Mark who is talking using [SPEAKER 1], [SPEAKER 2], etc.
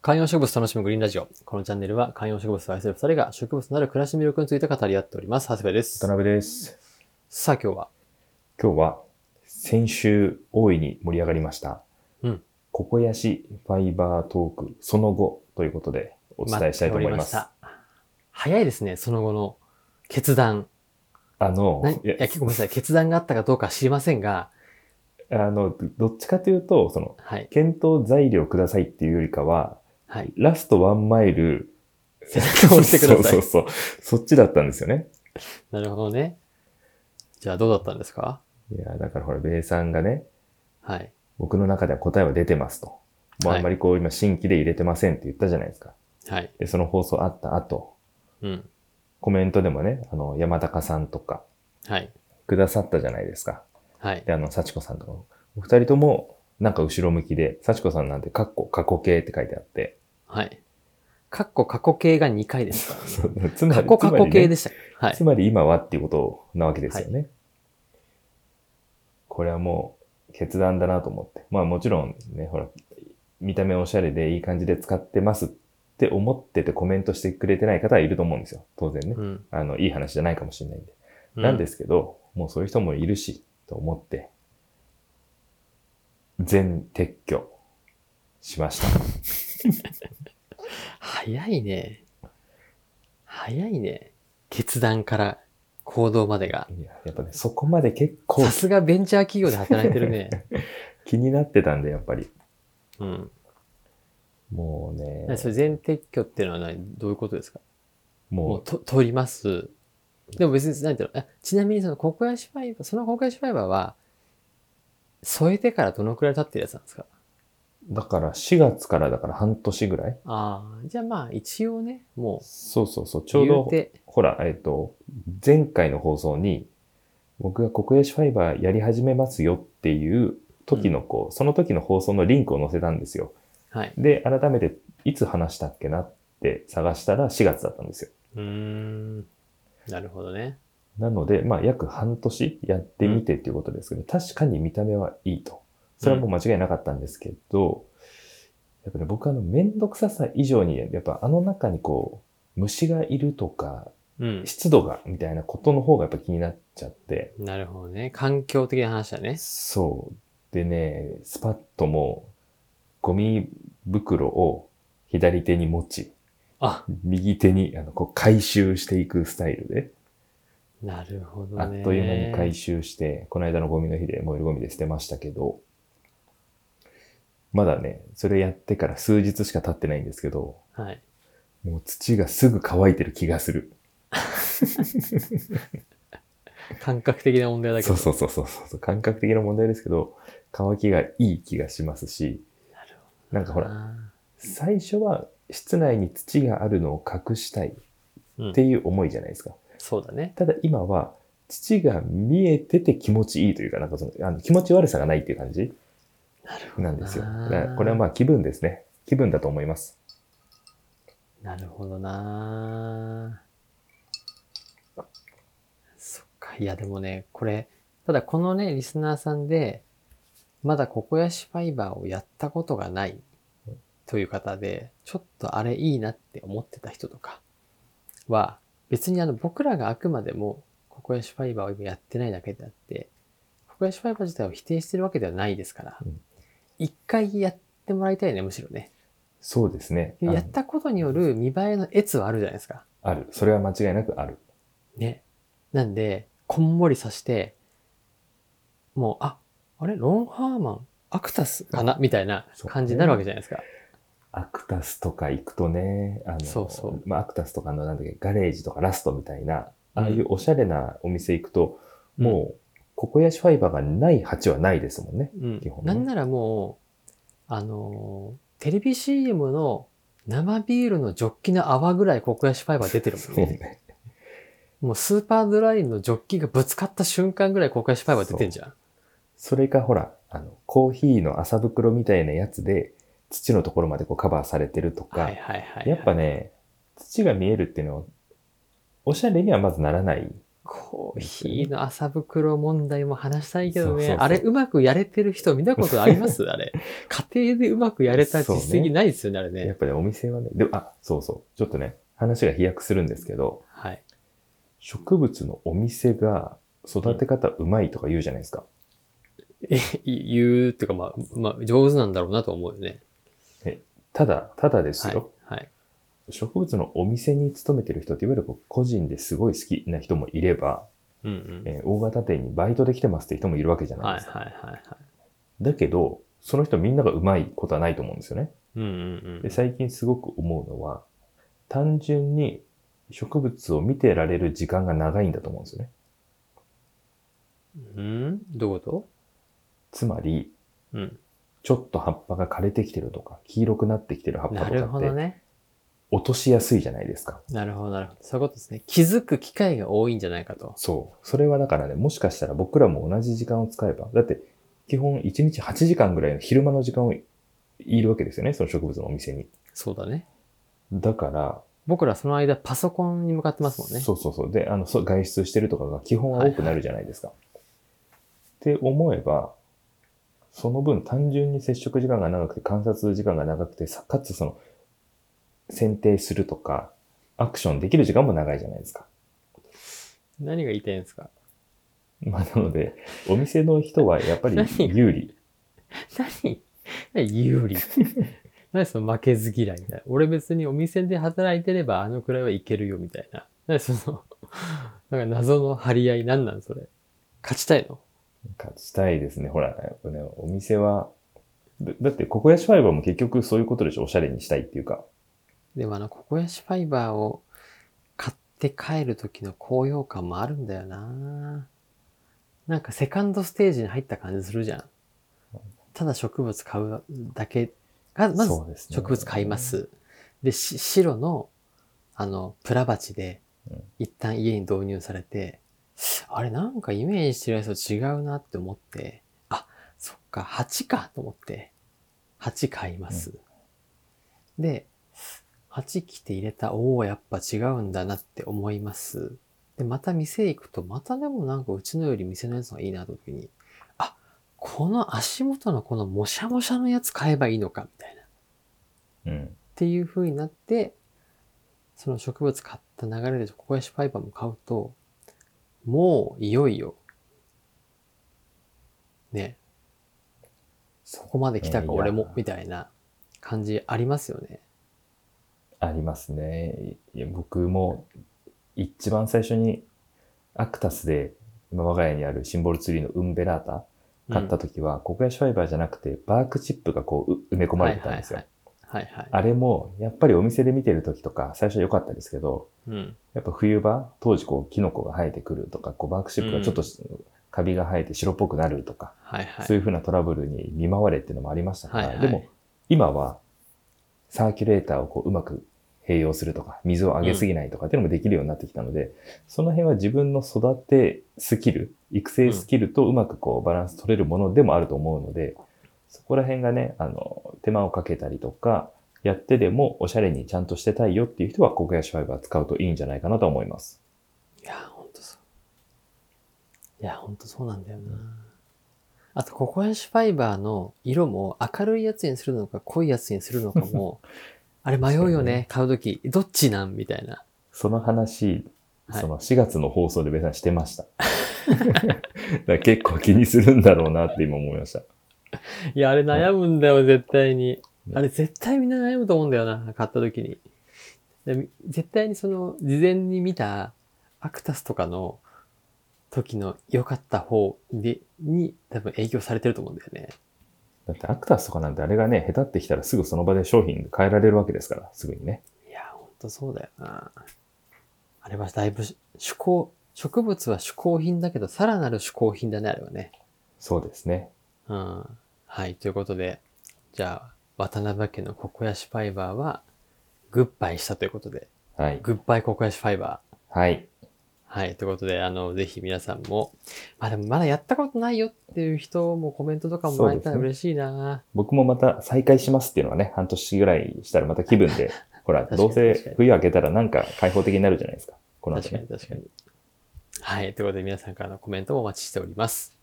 [SPEAKER 1] 観葉植物楽しむグリーンラジオ。このチャンネルは観葉植物を愛する二人が植物なる暮らしの魅力について語り合っております。長谷部です
[SPEAKER 2] 渡。辺です。
[SPEAKER 1] さあ今日は、
[SPEAKER 2] 今日は先週大いに盛り上がりました。
[SPEAKER 1] うん。
[SPEAKER 2] ココヤシファイバートークその後ということでお伝えしたいと思います。
[SPEAKER 1] 待っておりました。早いですね、その後の決断。
[SPEAKER 2] あの
[SPEAKER 1] な、い
[SPEAKER 2] いや
[SPEAKER 1] や、結構ごめんなさい。決断があったかどうかは知りませんが、
[SPEAKER 2] あの、どっちかというと、その、
[SPEAKER 1] はい。
[SPEAKER 2] 検討材料くださいっていうよりかは、
[SPEAKER 1] はい。
[SPEAKER 2] ラストワンマイル、
[SPEAKER 1] 選択をしてください。
[SPEAKER 2] そうそうそう。そっちだったんですよね。
[SPEAKER 1] なるほどね。じゃあどうだったんですか
[SPEAKER 2] いや、だからほら、ベイさんがね、
[SPEAKER 1] はい。
[SPEAKER 2] 僕の中では答えは出てますと。もう
[SPEAKER 1] はい
[SPEAKER 2] あんまりこう、今、新規で入れてませんって言ったじゃないですか。
[SPEAKER 1] はい。
[SPEAKER 2] で、その放送あった後、
[SPEAKER 1] うん。
[SPEAKER 2] コメントでもね、あの、山高さんとか、
[SPEAKER 1] はい。
[SPEAKER 2] くださったじゃないですか。
[SPEAKER 1] はい。
[SPEAKER 2] で、あの、幸子さんとかも、お二人とも、なんか後ろ向きで、幸子さんなんて、かっこ、過去形って書いてあって、
[SPEAKER 1] はい。かっこ過去形が2回ですから。
[SPEAKER 2] つま
[SPEAKER 1] 過
[SPEAKER 2] り、
[SPEAKER 1] 去過去形で
[SPEAKER 2] つ
[SPEAKER 1] した。は
[SPEAKER 2] まりね
[SPEAKER 1] い
[SPEAKER 2] つ。まり今はっていうことなわけですよね。これはもう、決断だなと思って。まあもちろんね、ほら、見た目おしゃれでいい感じで使ってますって思っててコメントしてくれてない方はいると思うんですよ。当然ね。
[SPEAKER 1] うん。
[SPEAKER 2] あの、いい話じゃないかもしれないんで。
[SPEAKER 1] う
[SPEAKER 2] なんですけど、もうそういう人もいるし、と思って、全撤去しました。
[SPEAKER 1] 早いね。早いね。決断から行動までが。
[SPEAKER 2] いややっぱね、そこまで結構
[SPEAKER 1] さすがベンチャー企業で働いてる ね。
[SPEAKER 2] 気になってたんで、やっぱり。
[SPEAKER 1] うん。
[SPEAKER 2] もうね、
[SPEAKER 1] それ全撤去っていうのは何どういうことですかもう
[SPEAKER 2] も
[SPEAKER 1] と取ります。でも別に、なんていうのあちなみにそのココヤシファイバー、そのココヤシファイバーは、添えてからどのくらい経ってるやつなんですか
[SPEAKER 2] う、だから4月からだから半年ぐらい
[SPEAKER 1] ああ、じゃあまあ一応ね、も
[SPEAKER 2] そうそうそう、ち
[SPEAKER 1] う、
[SPEAKER 2] ょう
[SPEAKER 1] 言
[SPEAKER 2] ど
[SPEAKER 1] う、て、
[SPEAKER 2] ほら、えっ、と、前回の放送に、僕が国営紙ファイバーやり始めますよっていう時のこう、その時の放送のリンクを載せたんですよ。
[SPEAKER 1] はい。
[SPEAKER 2] で、改めて、いつ話したっけなって探したら4月だったんですよ。
[SPEAKER 1] うーん。なるほどね。
[SPEAKER 2] なので、まあ、約半年やってみてっていうことですけど、確かに見た目はいいと。それはもう間違いなかったんですけど、やっぱね、僕はあの、めんどくささ以上に、やっぱあの中にこう、虫がいるとか、
[SPEAKER 1] うん。
[SPEAKER 2] 湿度が、みたいなことの方がやっぱ気になっちゃって、
[SPEAKER 1] なるほどね。環境的な話だね。
[SPEAKER 2] そう。でね、スパッともう、ゴミ袋を左手に持ち、
[SPEAKER 1] あ、
[SPEAKER 2] 右手にあのこう回収していくスタイルで、
[SPEAKER 1] なるほどね。
[SPEAKER 2] あっという間に回収して、この間のゴミの日で燃えるゴミで捨てましたけど、まだね、それやってから数日しか経ってないんですけど、
[SPEAKER 1] はい。
[SPEAKER 2] もう土がすぐ乾いてる気がする。
[SPEAKER 1] 感覚的な問題だけ
[SPEAKER 2] そ
[SPEAKER 1] ど。
[SPEAKER 2] うそうそうそうそう。感覚的な問題ですけど、乾きがいい気がしますし、
[SPEAKER 1] なるほ
[SPEAKER 2] なんか
[SPEAKER 1] ど。
[SPEAKER 2] ほら、最初は室内に土があるのを隠したいっ
[SPEAKER 1] うん
[SPEAKER 2] て、いう思いじゃないですか。
[SPEAKER 1] そうだね。
[SPEAKER 2] ただ今は、土が見えてて気持ちいいというか、なんかその、あの気持ち悪さがないっていう感じ
[SPEAKER 1] なるほど。
[SPEAKER 2] なんですよ。
[SPEAKER 1] あ
[SPEAKER 2] だ
[SPEAKER 1] ー
[SPEAKER 2] からこれはまあ気分ですね。気分だと思います。
[SPEAKER 1] なるほどなぁそっか。いや、でもね、これ、ただこのね、リスナーさんで、まだココヤシファイバーをやったことがないという方で、ちょっとあれいいなって思ってた人とかは、別にあの僕らがあくまでもココヤシファイバーを今やってないだけであって、ココヤシファイバー自体を否定してるわけではないですから
[SPEAKER 2] うん、
[SPEAKER 1] 一回やってもらいたいね、むしろね。
[SPEAKER 2] そうですね。あの
[SPEAKER 1] やったことによる見栄えの越はあるじゃないですか。
[SPEAKER 2] ある。それは間違いなくある。
[SPEAKER 1] ね。なんで、こんもりさして、もう、あ、あれロンハーマンアクタスかなみたいな
[SPEAKER 2] そう
[SPEAKER 1] 感じになるわけじゃないですか。
[SPEAKER 2] アクタスとか行くとね、あの、
[SPEAKER 1] そうそう
[SPEAKER 2] まあ、アクタスとかのなんだっけ、ガレージとかラストみたいな、
[SPEAKER 1] うん
[SPEAKER 2] ああいうおしゃれなお店行くと、
[SPEAKER 1] うん
[SPEAKER 2] もう、ココヤシファイバーがない鉢はないですもんね。
[SPEAKER 1] うん
[SPEAKER 2] 基本ね
[SPEAKER 1] なんならもう、あのーテレビ CM の生ビールのジョッキの泡ぐらいココヤシファイバー出てるもん
[SPEAKER 2] そう
[SPEAKER 1] ね。
[SPEAKER 2] ね。
[SPEAKER 1] もうスーパードライのジョッキがぶつかった瞬間ぐらいココヤシファイバー出てんじゃん。
[SPEAKER 2] それかほら、あの、コーヒーの麻袋みたいなやつで、土のところまでこうカバーされてるとか、
[SPEAKER 1] はいはいはいはい。
[SPEAKER 2] やっぱね、土が見えるっていうのは、おしゃれにはまずならない。
[SPEAKER 1] コーヒーの朝袋問題も話したいけどね。
[SPEAKER 2] そうそうそう
[SPEAKER 1] あれ、うまくやれてる人見たことあります あれ。家庭でうまくやれた実績ないですよね、あれ
[SPEAKER 2] やっ
[SPEAKER 1] ね。
[SPEAKER 2] ぱりお店はね、でも、あ、そうそう。ちょっとね、話が飛躍するんですけど、
[SPEAKER 1] はい。
[SPEAKER 2] 植物のお店が育て方うまいとか言うじゃないですか。
[SPEAKER 1] え、い言うっていうか、まあ、まあ、上手なんだろうなと思うよね。
[SPEAKER 2] ただ、ただです
[SPEAKER 1] はい
[SPEAKER 2] よ。。
[SPEAKER 1] はい。
[SPEAKER 2] 植物のお店に勤めてる人って、いわゆるこう個人ですごい好きな人もいれば、
[SPEAKER 1] うんうん。
[SPEAKER 2] えー大型店にバイトで来てますって人もいるわけじゃない
[SPEAKER 1] はいはい
[SPEAKER 2] ですか。
[SPEAKER 1] はいはい。
[SPEAKER 2] だけど、その人みんながうまいことはないと思うんですよね。
[SPEAKER 1] うんうんう
[SPEAKER 2] で
[SPEAKER 1] ん。
[SPEAKER 2] 最近すごく思うのは、単純に植物を見てられる時間が長いんだと思うんですよね。
[SPEAKER 1] うんどういうこ
[SPEAKER 2] つまり、
[SPEAKER 1] とうん。
[SPEAKER 2] ちょっと葉っぱが枯れてきてるとか、黄色くなってきてる葉っぱ
[SPEAKER 1] な
[SPEAKER 2] と
[SPEAKER 1] る
[SPEAKER 2] かっ
[SPEAKER 1] ほ
[SPEAKER 2] て
[SPEAKER 1] ど、ね。
[SPEAKER 2] 落としやすいじゃないですか。
[SPEAKER 1] なるほど、なるほど。そういうことですね。気づく機会が多いんじゃないかと。
[SPEAKER 2] そう。それはだからね、もしかしたら僕らも同じ時間を使えば、だって基本1日8時間ぐらいの昼間の時間をいるわけですよね、その植物のお店に。
[SPEAKER 1] そうだね。
[SPEAKER 2] だから、
[SPEAKER 1] 僕らその間パソコンに向かってますもんね。
[SPEAKER 2] そうそうそう。で、あの、そう外出してるとかが基本は多くなるじゃないですか。って思えば、その分単純に接触時間が長くて観察時間が長くて、さかつその、選定するとか、アクションできる時間も長いじゃないですか。
[SPEAKER 1] 何が言いたいんですか
[SPEAKER 2] まあ、なので、お店の人はやっぱり
[SPEAKER 1] 何が
[SPEAKER 2] 有利。
[SPEAKER 1] 何何有利何その負けず嫌いみたいな。俺別にお店で働いてればあのくらいはいけるよみたいな。何その、なんか謎の張り合い何なんそれ。勝ちたいの
[SPEAKER 2] 勝ちたいですね。ほら、やっぱね、お店は、だだって、ココヤシファイバーも結局そういうことでしょ。おしゃれにしたいっていうか。
[SPEAKER 1] でもあの、ココヤシファイバーを買って帰る時の高揚感もあるんだよななんかセカンドステージに入った感じするじゃん。ただ植物買うだけが、まず
[SPEAKER 2] そうですね
[SPEAKER 1] 植物買いま。す。で、し白の、あの、プラ鉢で
[SPEAKER 2] うん、
[SPEAKER 1] 一旦家に導入されて、あれなんかイメージしてるやつと違うなって思って、あ、そっか、鉢かと思って、鉢買います。で、鉢来て入れた、おお、やっぱ違うんだなって思います。で、また店行くと、またでもなんかうちのより店のやつの方がいいなと時に、あ、この足元のこのもしゃもしゃのやつ買えばいいのか、みたいな。
[SPEAKER 2] うん。
[SPEAKER 1] っていう風になって、その植物買った流れでココヤシファイバーも買うと、もういよいよ、ね、
[SPEAKER 2] そ
[SPEAKER 1] ここまで来たか
[SPEAKER 2] いや
[SPEAKER 1] 俺も、みたいな感じありますよね。
[SPEAKER 2] ありますね。いや僕も一番最初にアクタスで今我が家にあるシンボルツリーのウンベラータ買った
[SPEAKER 1] と
[SPEAKER 2] 時は、ココヤシファイバーじゃなくてバークチップがこうう埋め込まれてたんですよ。
[SPEAKER 1] はいはいはい。はいはい
[SPEAKER 2] あれもやっぱりお店で見てる時とか最初は良かったですけど、
[SPEAKER 1] うん。
[SPEAKER 2] やっぱ冬場、当時こうキノコが生えてくるとか、こうバークチップがちょっとカビが生えて白っぽくなるとか、
[SPEAKER 1] はいはい。
[SPEAKER 2] そういうふうなトラブルに見舞われっていうのもありましたから、
[SPEAKER 1] はいはい
[SPEAKER 2] でも今はサーキュレーターをこううまく併用するとか、水をあげすぎないとかっていうのもできるようになってきたので、その辺は自分の育てスキル、育成スキルとうまくこうバランス取れるものでもあると思うので、そこら辺がね、あの、手間をかけたりとか、やってでもおしゃれにちゃんとしてたいよっていう人は、ココヤシファイバー使うといいんじゃないかなと思います。
[SPEAKER 1] いや、ほんとそう。いや、ほんとそうなんだよな。あと、ココヤシファイバーの色も明るいやつにするのか濃いやつにするのか も、あれ迷うよね、買うとき。どっちなんみたいな。
[SPEAKER 2] その話、
[SPEAKER 1] はい
[SPEAKER 2] その4月の放送で別にしてました。 だから結構気にするんだろうなって今思いました。
[SPEAKER 1] いや、あれ悩むんだよ、絶対に。
[SPEAKER 2] ね
[SPEAKER 1] あれ絶対みんな悩むと思うんだよな、買った時に。でみ絶対にその、事前に見たアクタスとかの時の良かった方で、に多分影響されてると思うんだよね。
[SPEAKER 2] だってアクタスとかなんてあれがね、下手ってきたらすぐその場で商品変えられるわけですから、すぐにね。
[SPEAKER 1] いや、ほんとそうだよな。あれはだいぶし嗜好、植物は嗜好品だけど、さらなる嗜好品だね、あれはね。
[SPEAKER 2] そうですね。
[SPEAKER 1] うん。はい、ということで、じゃあ、渡辺家のココヤシファイバーは、グッバイしたということで、
[SPEAKER 2] はい。
[SPEAKER 1] グッバイココヤシファイバー。
[SPEAKER 2] はい。
[SPEAKER 1] はい。ということで、あの、ぜひ皆さんも、まあでもまだやったことないよっていう人もコメントとかももらえたら
[SPEAKER 2] そう
[SPEAKER 1] 嬉しいな、
[SPEAKER 2] 僕もまた再開しますっていうのはね、半年ぐらいしたらまた気分 で、ほら、
[SPEAKER 1] 確か
[SPEAKER 2] ど
[SPEAKER 1] に
[SPEAKER 2] う
[SPEAKER 1] 確か
[SPEAKER 2] せ
[SPEAKER 1] に
[SPEAKER 2] 冬明けたらなんか開放的になるじゃないですか。この後
[SPEAKER 1] 確か
[SPEAKER 2] ね
[SPEAKER 1] に。確かに。はい。ということで皆さんからのコメントもお待ちしております。